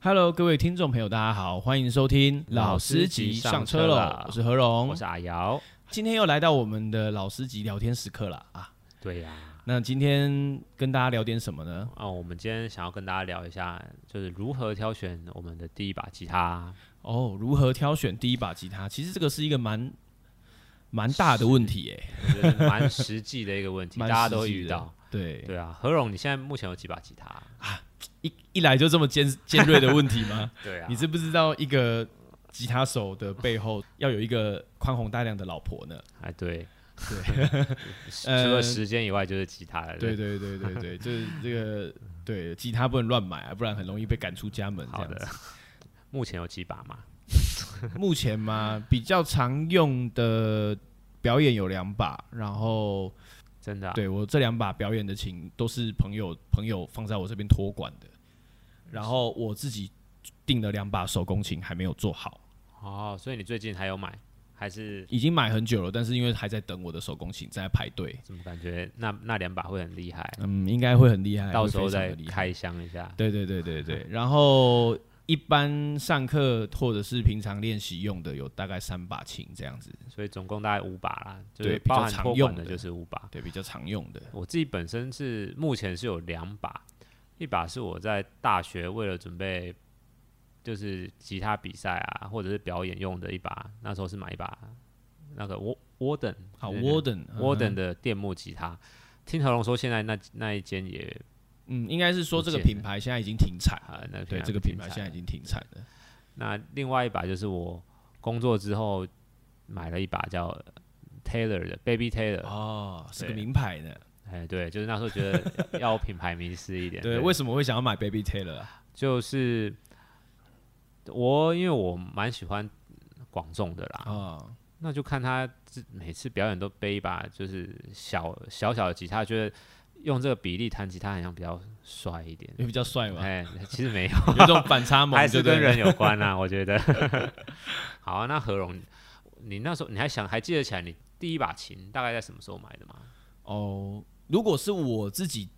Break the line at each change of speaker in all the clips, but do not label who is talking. Hello，各位听众朋友，大家好，欢迎收听《老司机上车
老司机上车
了
了》，
我是何荣
我，是阿瑶。
今天又来到我们的老司机聊天时刻了啊。
对呀、
那今天跟大家聊点什么呢？
啊，我们今天想要跟大家聊一下，就是如何挑选我们的第一把吉他。
哦，如何挑选第一把吉他？其实这个是一个蛮蛮大的问题诶、
我觉得蛮实际的一个 问题，
蛮
大
实际的
家都会遇到。
对，
对啊，何荣，你现在目前有几把吉他？
一一来就这么尖尖锐的问题 吗？
对啊
你知不知道一个吉他手的背后要有一个宽宏大量的老婆呢？
哎，对
对
除
呃
了时间以外就是吉他了。
对，对对对对， 就是这个对吉他不能乱买啊，不然很容易被赶出家门这
好
样子
的。。目前有几把嘛？
目前嘛，比较常用的表演有两把，然后
真的、啊，
对我这两把表演的琴都是朋友朋友放在我这边托管的，
嗯
然后我自己订了两把手工琴，还没有做好，
哦，所以你最近还有买，还是
已经买很久了，但是因为还在等我的手工琴，在排队，
怎么感觉那那两把会很厉害？
嗯，应该会很厉害，
到
会
时候
非常
再
的厉害。
开箱一下。
对对对对
嗯
对，然后一般上课或者是平常练习用的有大概三把琴这样子，
所以总共大概五把啦，就
对
是
比较
包含
常
托
用
管的
的
就是五把。
对，比较常用的。
我自己本身是目前是有两把，一把是我在大学为了准备就是吉他比赛啊，或者是表演用的一把，那时候是买一把那个沃沃登，
好
对那个
，Warden
沃登
嗯
的电木吉他。听小龙说，现在那那一间也
嗯，应该是说这个
不见
品牌现在已经停产了。
啊、那
对，这个品牌现在已
经。
经停产了。
那另外一把就是我工作之后买了一把叫 Taylor 的 Baby Taylor，
哦，是个
对
名牌呢。
哎，对，就是那时候觉得 要要品牌迷失一点。
对，为什么会想要买 Baby Taylor 啊？
就是我因为我蛮喜欢广众的啦，
哦，
那就看他自每次表演都背一把就是小小小的吉他，觉得用这个比例弹吉他好像比较帅一点。
也比较帅嘛，
哎，其实没有，
有这种反差萌，
还
对
是
不对
跟人有关啊啦、 我觉得。好、啊，那何荣，你那时候你还想还记得起来你第一把琴大概在什么时候买的吗？
哦。如果是我自己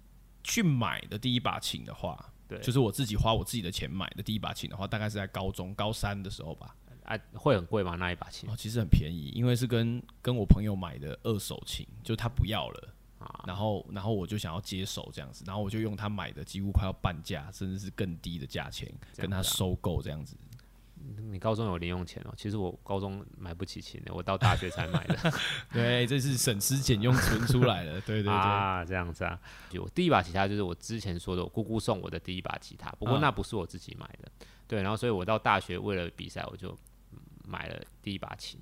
去买的第一把琴的话，
对
就是我自己花我自己的钱买的第一把琴的话，大概是在高中高三的时候吧。
啊，会很贵吗？那一把琴
哦，？其实很便宜，因为是跟跟我朋友买的二手琴，就他不要了。
啊
然后，然后我就想要接手这样子，然后我就用他买的几乎快要半价，甚至是更低的价钱
这
跟
样
他
子啊
收购这样子。
你高中有零用钱哦？其实我高中买不起琴的，我到大学才买的
对，这是省吃俭用存出来的。对对对，
啊，这样子啊。我第一把吉他就是我之前说的，我姑姑送我的第一把吉他，不过
嗯
那不是我自己买的，对。然后所以我到大学为了比赛，我就嗯买了第一把琴，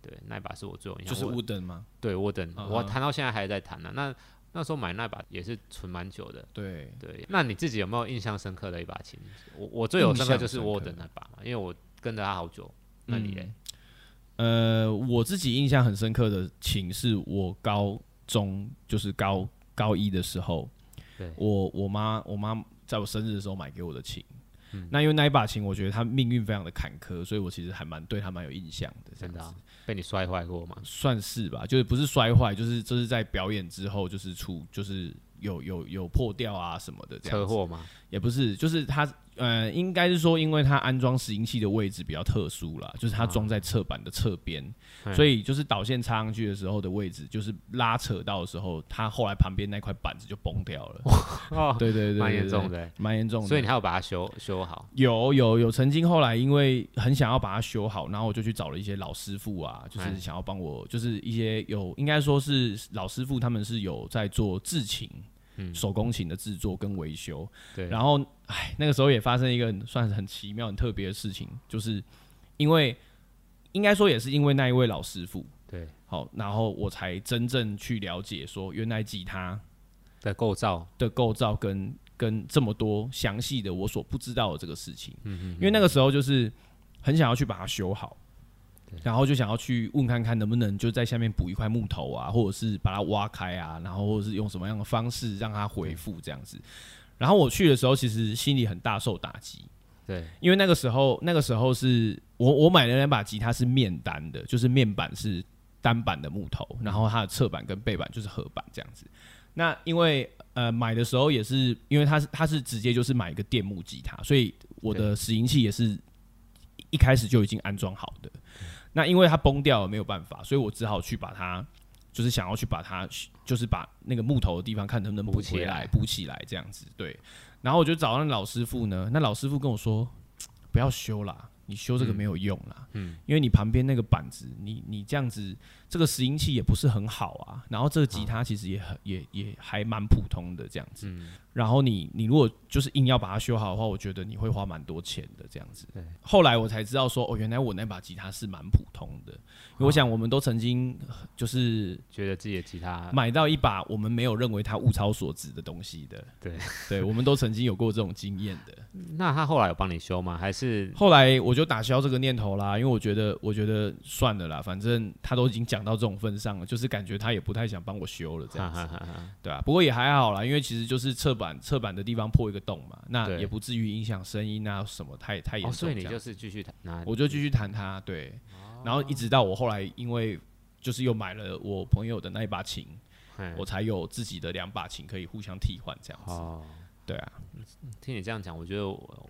对，那一把是我最有印
就
象，
是
我
wooden 吗？
对我等
嗯哼
我弹到现在还在弹呢、那那时候买那把也是存蛮久的。
对，
对，那你自己有没有印象深刻的一把琴？我我最有深刻就是
印象
我
深刻嗯
等那把嘛，因为我跟着他好久。那你嘞？
呃，我自己印象很深刻的琴是我高中，就是高高一的时候，
对
我我妈我妈在我生日的时候买给我的琴。
嗯
那因为那一把琴，我觉得它命运非常的坎坷，所以我其实还蛮对它蛮有印象的，这
真
样
的啊、
子
被你摔坏过吗？
算是吧，就是不是摔坏，就是就是在表演之后就是出就是有有有破掉啊什么的这样子
车祸吗？
也不是，就是它，呃，应该是说，因为它安装拾音器的位置比较特殊啦，就是它装在
啊
侧板的侧边，
嗯
所以就是导线插上去的时候的位置，就是拉扯到的时候，它后来旁边那块板子就崩掉了。
哦，
对对对
蛮严重
的，
的欸，
蛮严重的。
所以你还要把它修修好。
有有有，曾经后来因为很想要把它修好，然后我就去找了一些老师傅啊，就是
哎
想要帮我，就是一些有应该说是老师傅，他们是有在做制琴，
嗯
手工琴的制作跟维修。
对，
然后，哎，那个时候也发生一个很算是很奇妙、很特别的事情，就是因为应该说也是因为那一位老师傅，
对
好，然后我才真正去了解说，原来吉他
的构造，
的构造跟跟这么多详细的我所不知道的这个事情。嗯嗯因为那个时候就是很想要去把它修好，然后就想要去问看看能不能就在下面补一块木头啊，或者是把它挖开啊，然后或者是用什么样的方式让它恢复这样子。然后我去的时候，其实心里很大受打击，
对
因为那个时候那个时候是我我买的那把吉他是面单的，就是面板是单板的木头，然后它的侧板跟背板就是合板这样子。那因为呃买的时候也是，因为它是它是直接就是买一个电木吉他，所以我的拾音器也是一开始就已经安装好的。那因为它崩掉了没有办法，所以我只好去把它，就是想要去把它，就是把那个木头的地方看能不能补
补起
回来
来，
补起来这样子。对，然后我就找那老师傅呢，那老师傅跟我说，不要修啦，你修这个没有用啦，嗯，因为你旁边那个板子，你你这样子，这个拾音器也不是很好啊，然后这个吉他其实也很、也也还蛮普通的这样子，然后你你如果就是硬要把它修好的话，我觉得你会花蛮多钱的这样子。后来我才知道说，哦，原来我那把吉他是蛮普通的，因为我想我们都曾经呃就是
觉得自己的吉他
买到一把我们没有认为它物超所值的东西的，
对
对，我们都曾经有过这种经验的。
那他后来有帮你修吗？还是
后来我就打消这个念头啦，因为我觉得，我觉得算了啦，反正他都已经讲到这种份上了，就是感觉他也不太想帮我修了这样子， 对啊，不过也还好啦，因为其实就是侧板侧板的地方破一个洞嘛，那
对
也不至于影响声音啊什么太太严
哦，
重这
所以
样子。
你就是哦继续弹拿，
我就继续弹它，对，然后一直到我后来因为就是又买了我朋友的那一把琴，
嘿
我才有自己的两把琴可以互相替换这样子，
哦，
对啊，
听你这样讲，我觉得我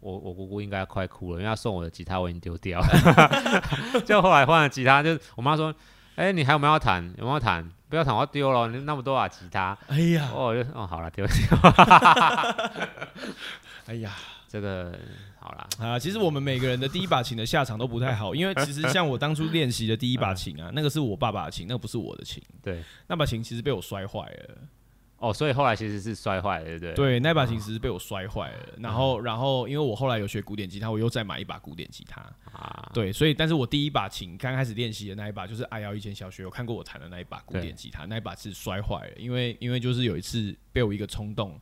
我我姑姑应该快哭了，因为她送我的吉他我已经丢掉了，就后来换了吉 他，就我妈说，哎、你还有没有要弹？有没有要弹？不要弹，我要丢了，你那么多把吉他，
哎呀，
哦，我就哦好了，丢掉
哎呀。
这个好啦，
啊，其实我们每个人的第一把琴的下场都不太好，因为其实像我当初练习的第一把琴
嗯
啊，那个是我爸爸的琴，那个不是我的琴。
对，
那把琴其实被我摔坏了，
哦，所以后来其实是摔坏了，对不对？，嗯
对，那把琴其实被我摔坏了。然后，然后因为我后来有学古典吉他，我又再买一把古典吉他，
啊，
对，所以但是我第一把琴刚开始练习的那一把，就是阿瑶以前小学有看过我弹的那一把古典吉他，
嗯
那一把是摔坏了，因为因为就是有一次被我一个冲动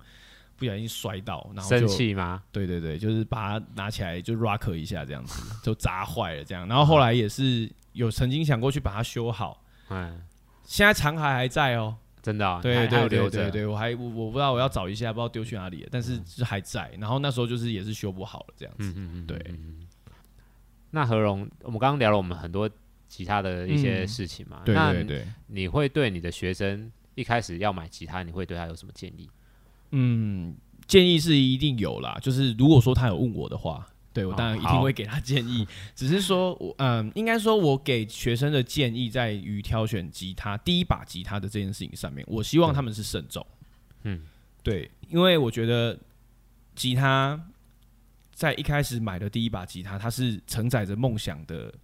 不小心摔到，然后就
生气吗？
对对对，就是把它拿起来就 rock 一下这 样子，就砸坏了这样。然后后来也是有曾经想过去把它修好，
嗯，
现在残骸还在哦。
真的、哦，你
对
还还
对
有
对
留
对
着，嗯
对，我还我我不知道我要找一下，不知道丢去哪里了，但是就是还在。然后那时候就是也是修不好了这样子。
嗯
对，
那何荣，我们刚刚聊了我们很多吉他的一些
嗯
事情嘛，
对
那
对对，
你会对你的学生一开始要买吉他，你会对他有什么建议？
嗯，建议是一定有啦，就是如果说他有问我的话。对，我
哦
当然一定
好
会给他建议， 只是说，我嗯，应该说，我给学生的建议在于挑选吉他第一把吉他的这件事情上面，我希望他们是慎重。
嗯，
对，因为我觉得吉他在一开始买的第一把吉他，它是承载着梦想的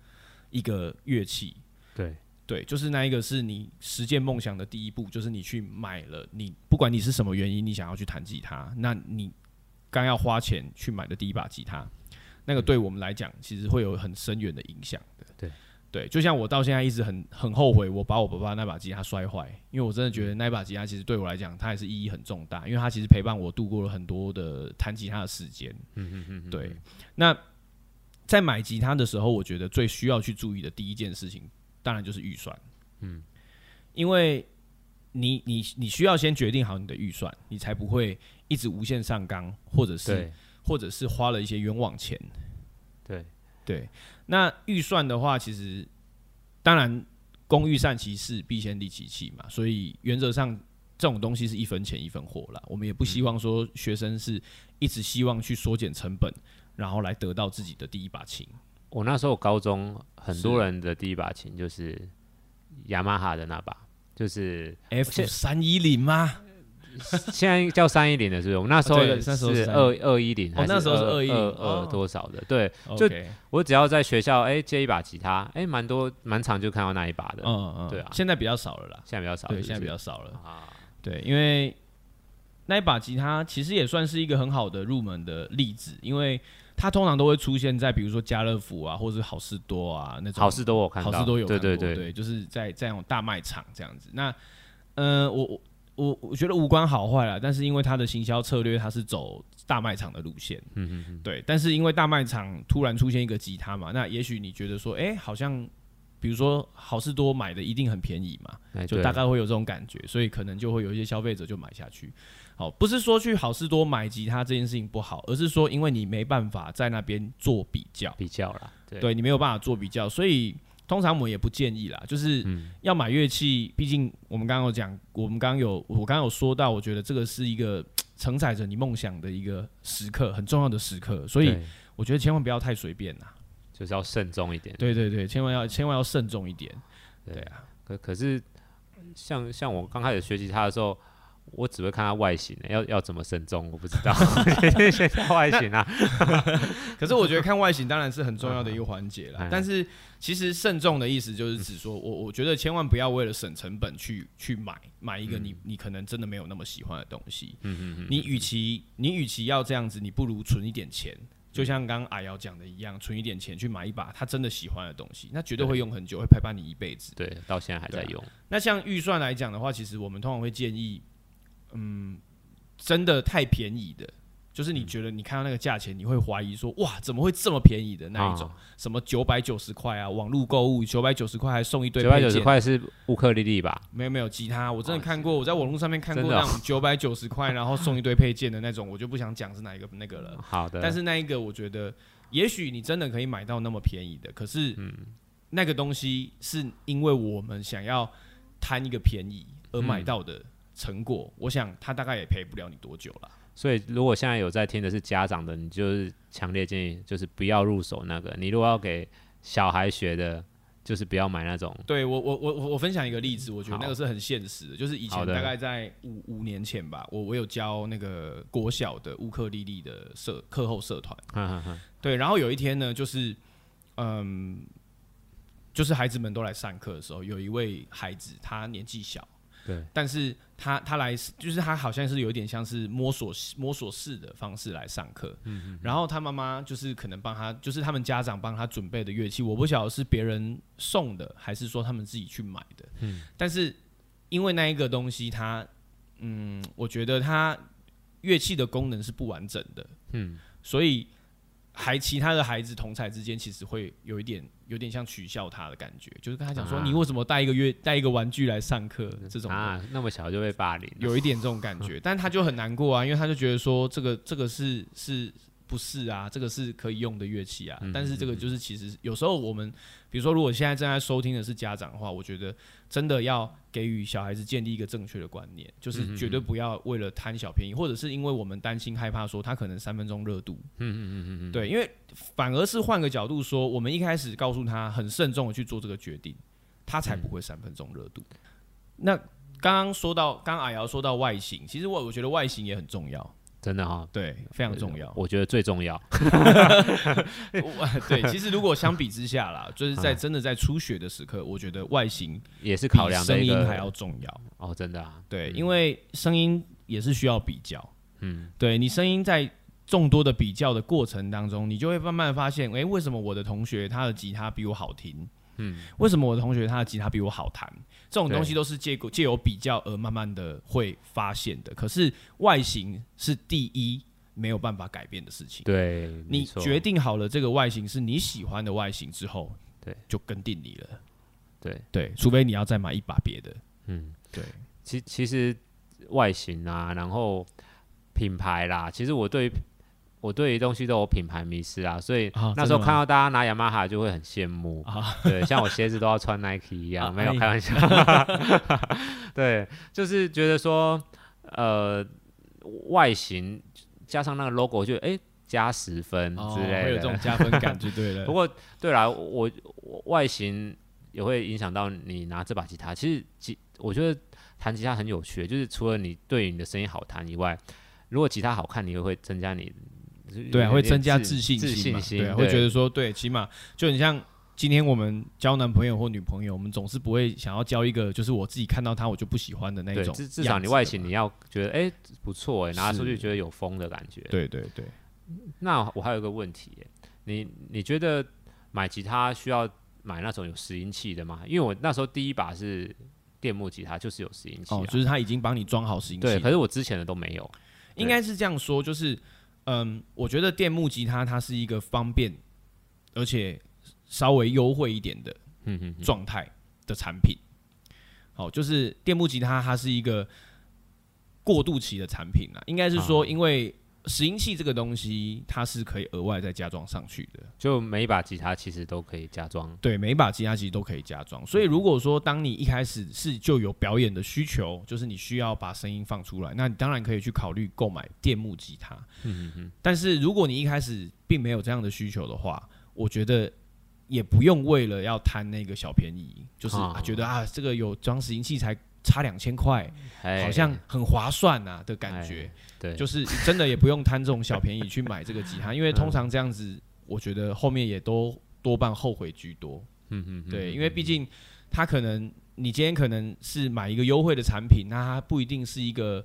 一个乐器。
对
对，就是那一个是你实践梦想的第一步，就是你去买了，你不管你是什么原因，你想要去弹吉他，那你刚要花钱去买的第一把吉他，那个对我们来讲，其实会有很深远的影响的。
对
对，就像我到现在一直很很后悔，我把我爸爸那把吉他摔坏，因为我真的觉得那把吉他其实对我来讲，它也是意义很重大，因为它其实陪伴我度过了很多的弹吉他的时间。嗯嗯嗯，对。那在买吉他的时候，我觉得最需要去注意的第一件事情，当然就是预算。嗯，因为你你你需要先决定好你的预算，你才不会一直无限上纲，或者是
对
或者是花了一些冤枉钱。
对，
对，那预算的话，其实当然工欲善其事，必先利其器嘛，所以原则上这种东西是一分钱一分货啦。我们也不
嗯
希望说学生是一直希望去缩减成本，然后来得到自己的第一把琴。
我那时候高中很多人的第一把琴就是雅马哈的那把，就是
F 三一零吗？
现在叫三一零的是不是？我们那时候
哦对
的
那时候是310
是二二一零，还
那时候是
二
210
二
哦
多少的？对
OK，
就我只要在学校哎借一把吉他，哎蛮多蛮常就看到那一把的，
嗯嗯，
对啊
现在比较少了啦，
现在比较少，
对，
是不
现在
是
比较少了。
啊，
对，因为那一把吉他其实也算是一个很好的入门的例子，因为它通常都会出现在比如说家乐福啊，或者是好事多啊那种
好事多我有看到，
好事多有看过，
对对对，
对，就是在在那种大卖场这样子。那呃，我我我我觉得无关好坏啦，但是因为它的行销策略，它是走大卖场的路线，嗯嗯对。但是因为大卖场突然出现一个吉他嘛，那也许你觉得说，哎、好像比如说好事多买的一定很便宜嘛，
哎
就
对
大概会有这种感觉，所以可能就会有一些消费者就买下去。好，不是说去好事多买吉他这件事情不好，而是说因为你没办法在那边做比较，
比较啦，对
对你没有办法做比较，所以通常我们也不建议啦，就是
嗯
要买乐器，毕竟我们刚刚有讲，我们刚刚有我刚刚有说到，我觉得这个是一个承载着你梦想的一个时刻，很重要的时刻，所以
对
我觉得千万不要太随便啦。
就是要慎重一点。
对对对，千万要千万要慎重一点。
对
对啊，
可可是像像我刚开始学吉他的时候。我只会看它外形、欸要要怎么慎重，我不知 道。先看外形啊，
可是我觉得看外形当然是很重要的一个环节啦
嗯，
但是其实慎重的意思就是指说，我我觉得千万不要为了省成本去去买买一个你你可能真的没有那么喜欢的东西。
嗯嗯嗯嗯，
你与其你与其要这样子，你不如存一点钱，就像刚刚阿瑶讲的一样，存一点钱去买一把他真的喜欢的东西，那绝对会用很久，会陪伴你一辈子。
对，到现在还在用，
那像预算来讲的话，其实我们通常会建议，嗯，真的太便宜的，就是你觉得你看到那个价钱，你会怀疑说，哇，怎么会这么便宜的那一种？
啊
什么九百九十块啊，网络购物九百九十块还送一堆
九百
配
九十
件。
块是乌克丽丽吧？
没有没有吉他，我真的看过，我在网络上面看过
真的哦
那种九百九十块，然后送一堆配件的那种，我就不想讲是哪一个那个了。
好的，
呃但是那一个，我觉得也许你真的可以买到那么便宜的，可是
嗯
那个东西是因为我们想要贪一个便宜而买到的成果，我想它大概也陪不了你多久了。
所以如果现在有在听的是家长的，你就是强烈建议就是不要入手那个。你如果要给小孩学的，就是不要买那种。
对我，我我我我分享一个例子，我觉得
嗯好
那个是很现实的，就是以前
好的
大概在五五年前吧，我我有教那个国小的乌克丽丽的社课后社团，
哼哼哼
对，然后有一天呢，就是嗯，就是孩子们都来上课的时候，有一位孩子他年纪小。
对，
但是他他来就是他好像是有点像是摸索摸索式的方式来上课，
嗯
然后他妈妈就是可能帮他，就是他们家长帮他准备的乐器，我不晓得是别人送的还是说他们自己去买的，
嗯
但是因为那一个东西它，嗯，我觉得它乐器的功能是不完整的，
嗯，
所以还其他的孩子同才之间其实会有一点有点像取笑他的感觉，就是跟他讲说、
啊
你为什么带一个乐带一个玩具来上课这种的
啊，那么小就被霸凌，
有一点这种感 觉，但他就很难过啊，因为他就觉得说这个这个是是不是啊？这个是可以用的乐器啊，但是这个就是其实有时候我们，比如说如果现在正在收听的是家长的话，我觉得真的要给予小孩子建立一个正确的观念，就是绝对不要为了贪小便宜，或者是因为我们担心害怕说他可能三分钟热度，嗯嗯嗯嗯，对，因为反而是换个角度说，我们一开始告诉他很慎重的去做这个决定，他才不会三分钟热度。那刚刚说到，刚刚阿瑶说到外形，其实我我觉得外形也很重要，
真的哈，
对，非常重要。
我觉得最重要。啊
我对，其实如果相比之下啦，就是 在真的在初学的时刻，我觉得外形
也是
比
嗯考量的
声
一
音
个
还要重要。
哦，真的啊，
对，因为声音也是需要比较。嗯，对你声音在众多的比较的过程当中，你就会慢慢地发现，诶，为什么我的同学他的吉他比我好听？嗯，为什么我的同学他的吉他比我好弹？这种东西
对
都是借过借由比较而慢慢的会发现的。可是外形是第一没有办法改变的事情。
对，
你
没错
决定好了这个外形是你喜欢的外形之后，
对，
就跟定你了。
对，
对，除非你要再买一把别的。
嗯，
对，
其其实外形啊，然后品牌啦，其实我对于我对于东西都有品牌迷失啊，所以
啊
那时
真的
候
吗
看到大家拿雅马哈就会很羡慕
啊
对，像我鞋子都要穿 Nike 一样，
啊
没有
哎
开玩笑， 对，就是觉得说呃外形加上那个 logo 就哎、加十分
哦，
之类的，
会有这种加分感就对了
不。过对啦，我我外形也会影响到你拿这把吉他。其实吉，我觉得弹吉他很有趣，就是除了你对你的声音好弹以外，如果吉他好看，你也会增加你
对啊，会增加
自
自信
自
心嘛，
信心，
对啊，会觉得说，对，起码就很像今天我们交男朋友或女朋友，我们总是不会想要交一个就是我自己看到他我就不喜欢的那
对，
种，
至至少你外形，你要觉得哎、不错哎、拿出去
是
觉得有风的感觉。
对对对，
那我还有一个问题耶，你你觉得买吉他需要买那种有拾音器的吗？因为我那时候第一把是电木吉他，就是有拾音器、啊
哦，就是他已经帮你装好拾音器
对，
了，
可是我之前的都没有。
应该是这样说，就是嗯，我觉得电木吉他它是一个方便而且稍微优惠一点的
嗯嗯嗯，
状态的产品。好、啊就是电木吉他，它是一个过渡期的产品啦，应该是说，因为拾音器这个东西，它是可以额外再加装上去的。
就每一把吉他其实都可以加装，
对，每一把吉他其实都可以加装。所以如果说当你一开始是就有表演的需求，就是你需要把声音放出来，那你当然可以去考虑购买电木吉他。
嗯嗯
但是如果你一开始并没有这样的需求的话，我觉得也不用为了要贪那个小便宜，就是、
哦
啊觉得啊这个有装拾音器才差两千块，
嗯，哎
好像很划算啊的感觉。
对，嗯
就是真的也不用贪这种小便宜去买这个吉他，因为通常这样子，我觉得后面也都多半后悔居多。
嗯嗯嗯
对，
嗯
因为毕竟他可能你今天可能是买一个优惠的产品，那它不一定是一个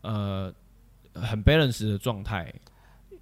呃很 balance 的状态。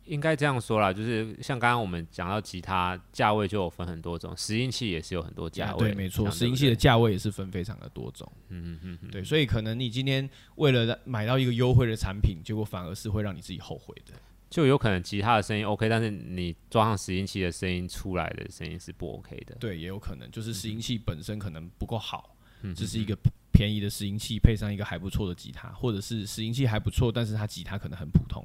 应该这样说啦，就是像刚刚我们讲到吉他价位就有分很多种，拾音器也是有很多价位，
啊对，没错，
拾
拾音器的，价位也是分非常的多种。
嗯嗯嗯，
对，所以可能你今天为了买到一个优惠的产品，结果反而是会让你自己后悔的。
就有可能吉他的声音 OK，但是你装上拾音器的声音出来的声音是不 OK 的，
对，也有可能就是拾音器本身可能不够好，
嗯
只是一个便宜的拾音器配上一个还不错的吉他，或者是拾音器还不错，但是它吉他可能很普通，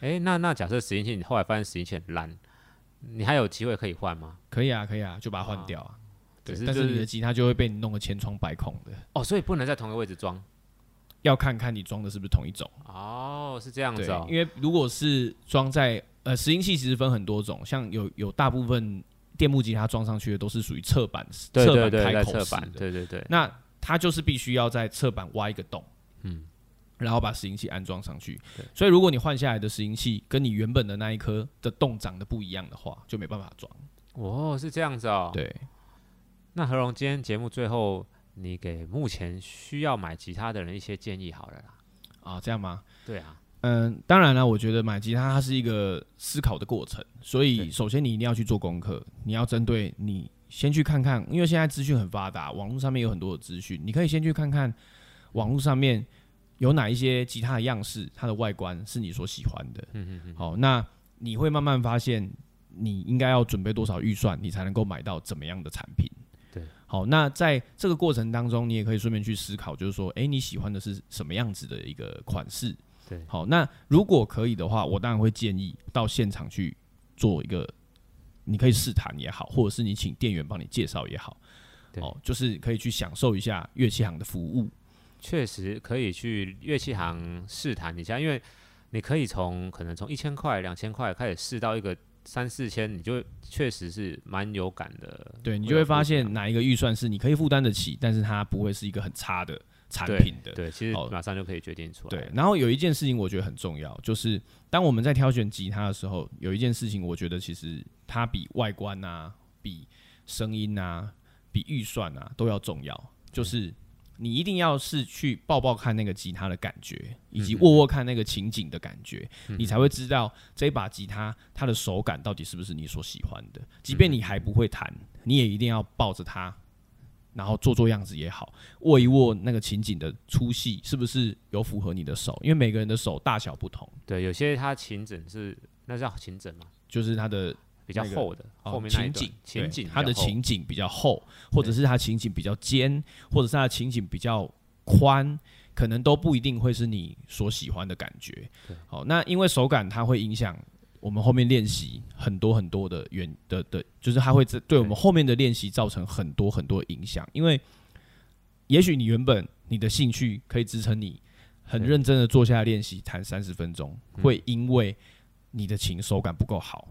哎、那那假设拾音器你后来发现拾音器很烂，你还有机会可以换吗？
可以啊，可以啊，就把它换掉啊。对，
只是
但
就是
你的吉他就会被你弄个千疮百孔的，
哦，所以不能在同一个位置装
要看看你装的是不是同一种。
哦，是这样
对
子哦，，
因为如果是装在呃拾音器，其实分很多种，像有有大部分电木吉他装上去的都是属于侧板，
对
侧
对
板
对，
开
在
口
侧
式
板，
的。
对对对，
那它就是必须要在侧板挖一个洞，
嗯
然后把拾音器安装上去
对。
所以如果你换下来的拾音器跟你原本的那一颗的洞长得不一样的话，就没办法装。
哦，是这样子哦，
对，
那何荣，今天节目最后，你给目前需要买吉他的人一些建议好了啦。
啊，这样吗？
对啊，
嗯，当然了，我觉得买吉他它是一个思考的过程，所以
对
首先你一定要去做功课，你要针对你先去看看，因为现在资讯很发达，网络上面有很多的资讯，你可以先去看看网络上面有哪一些吉他的样式，它的外观是你所喜欢的。
嗯嗯
好，那你会慢慢发现，你应该要准备多少预算，你才能够买到怎么样的产品。
对，
好，那在这个过程当中，你也可以顺便去思考，就是说，诶，你喜欢的是什么样子的一个款式？
对
好，那如果可以的话，我当然会建议到现场去做一个，你可以试弹也好，或者是你请店员帮你介绍也好，
对
哦，就是可以去享受一下乐器行的服务。
嗯，确实可以去乐器行试弹一下，因为你可以从可能从一千块、两千块开始试到一个三四千，你就确实是蛮有感的。
对你
有
就会发
不一样
现哪一个预算是你可以负担得起，但是它不会是一个很差的产品的。
对，其实
好
马上就可以决定出来。
对，，然后有一件事情我觉得很重要，就是当我们在挑选吉他的时候，有一件事情我觉得其实它比外观啊、比声音啊、比预算啊都要重要，就是你一定要是去抱抱看那个吉他的感觉，以
嗯
及握握看那个情景的感觉，你才会知道这把吉他它的手感到底是不是你所喜欢的。即
嗯
便你还不会弹，你也一定要抱着它。然后做做样子也好，握一握那个情景的粗细，是不是有符合你的手？因为每个人的手大小不同，
对，有些它琴枕是那叫琴枕嘛，
就是他的、
比较
那个
厚的，
哦、
后面那
情
一段
景，对
琴颈，
他的，情景比较厚，或者是他情景比较尖，或者是他的情景比较宽，可能都不一定会是你所喜欢的感觉。好，那因为手感它会影响。我们后面练习很多很多的原的的，就是它会对我们后面的练习造成很多很多影响，因为也许你原本你的兴趣可以支撑你很
对
认真的坐下来练习弹三十分钟，会因为你的琴手感不够好，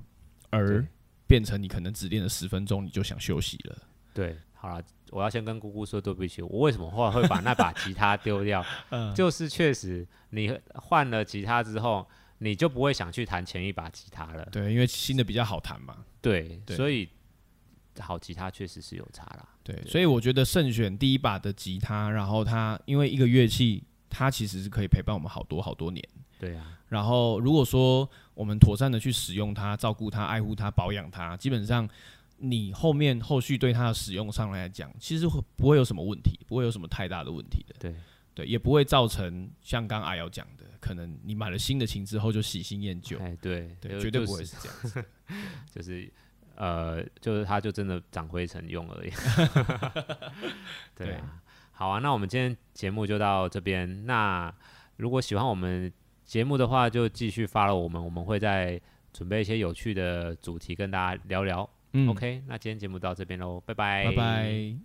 而
对
变成你可能只练了十分钟你就想休息了。
对，好了，我要先跟姑姑说对不起，我为什么后来会把那把吉他 丢掉？
嗯
就是确实你换了吉他之后，你就不会想去弹前一把吉他了。
对，因为新的比较好弹嘛。
对，
对
所以好吉他确实是有差啦。
对，所以我觉得慎选第一把的吉他，然后它因为一个乐器，它其实是可以陪伴我们好多好多年。
对啊，
然后如果说我们妥善的去使用它、照顾它、爱护它、保养它，基本上你后面后续对它的使用上来讲，其实会不会有什么问题，不会有什么太大的问题的。
对
对，也不会造成像刚阿瑶讲的，可能你买了新的琴之后就喜新厌旧。
哎对，
对，
就
绝对不
就
会
是
是这样子。
就是呃，就是它就真的长灰尘用 而已。对啊，好啊，那我们今天节目就到这边。那如果喜欢我们节目的话就继续发了我们，我们会再准备一些有趣的主题跟大家聊聊。
嗯
OK，那今天节目到这边喽，拜拜，
拜拜。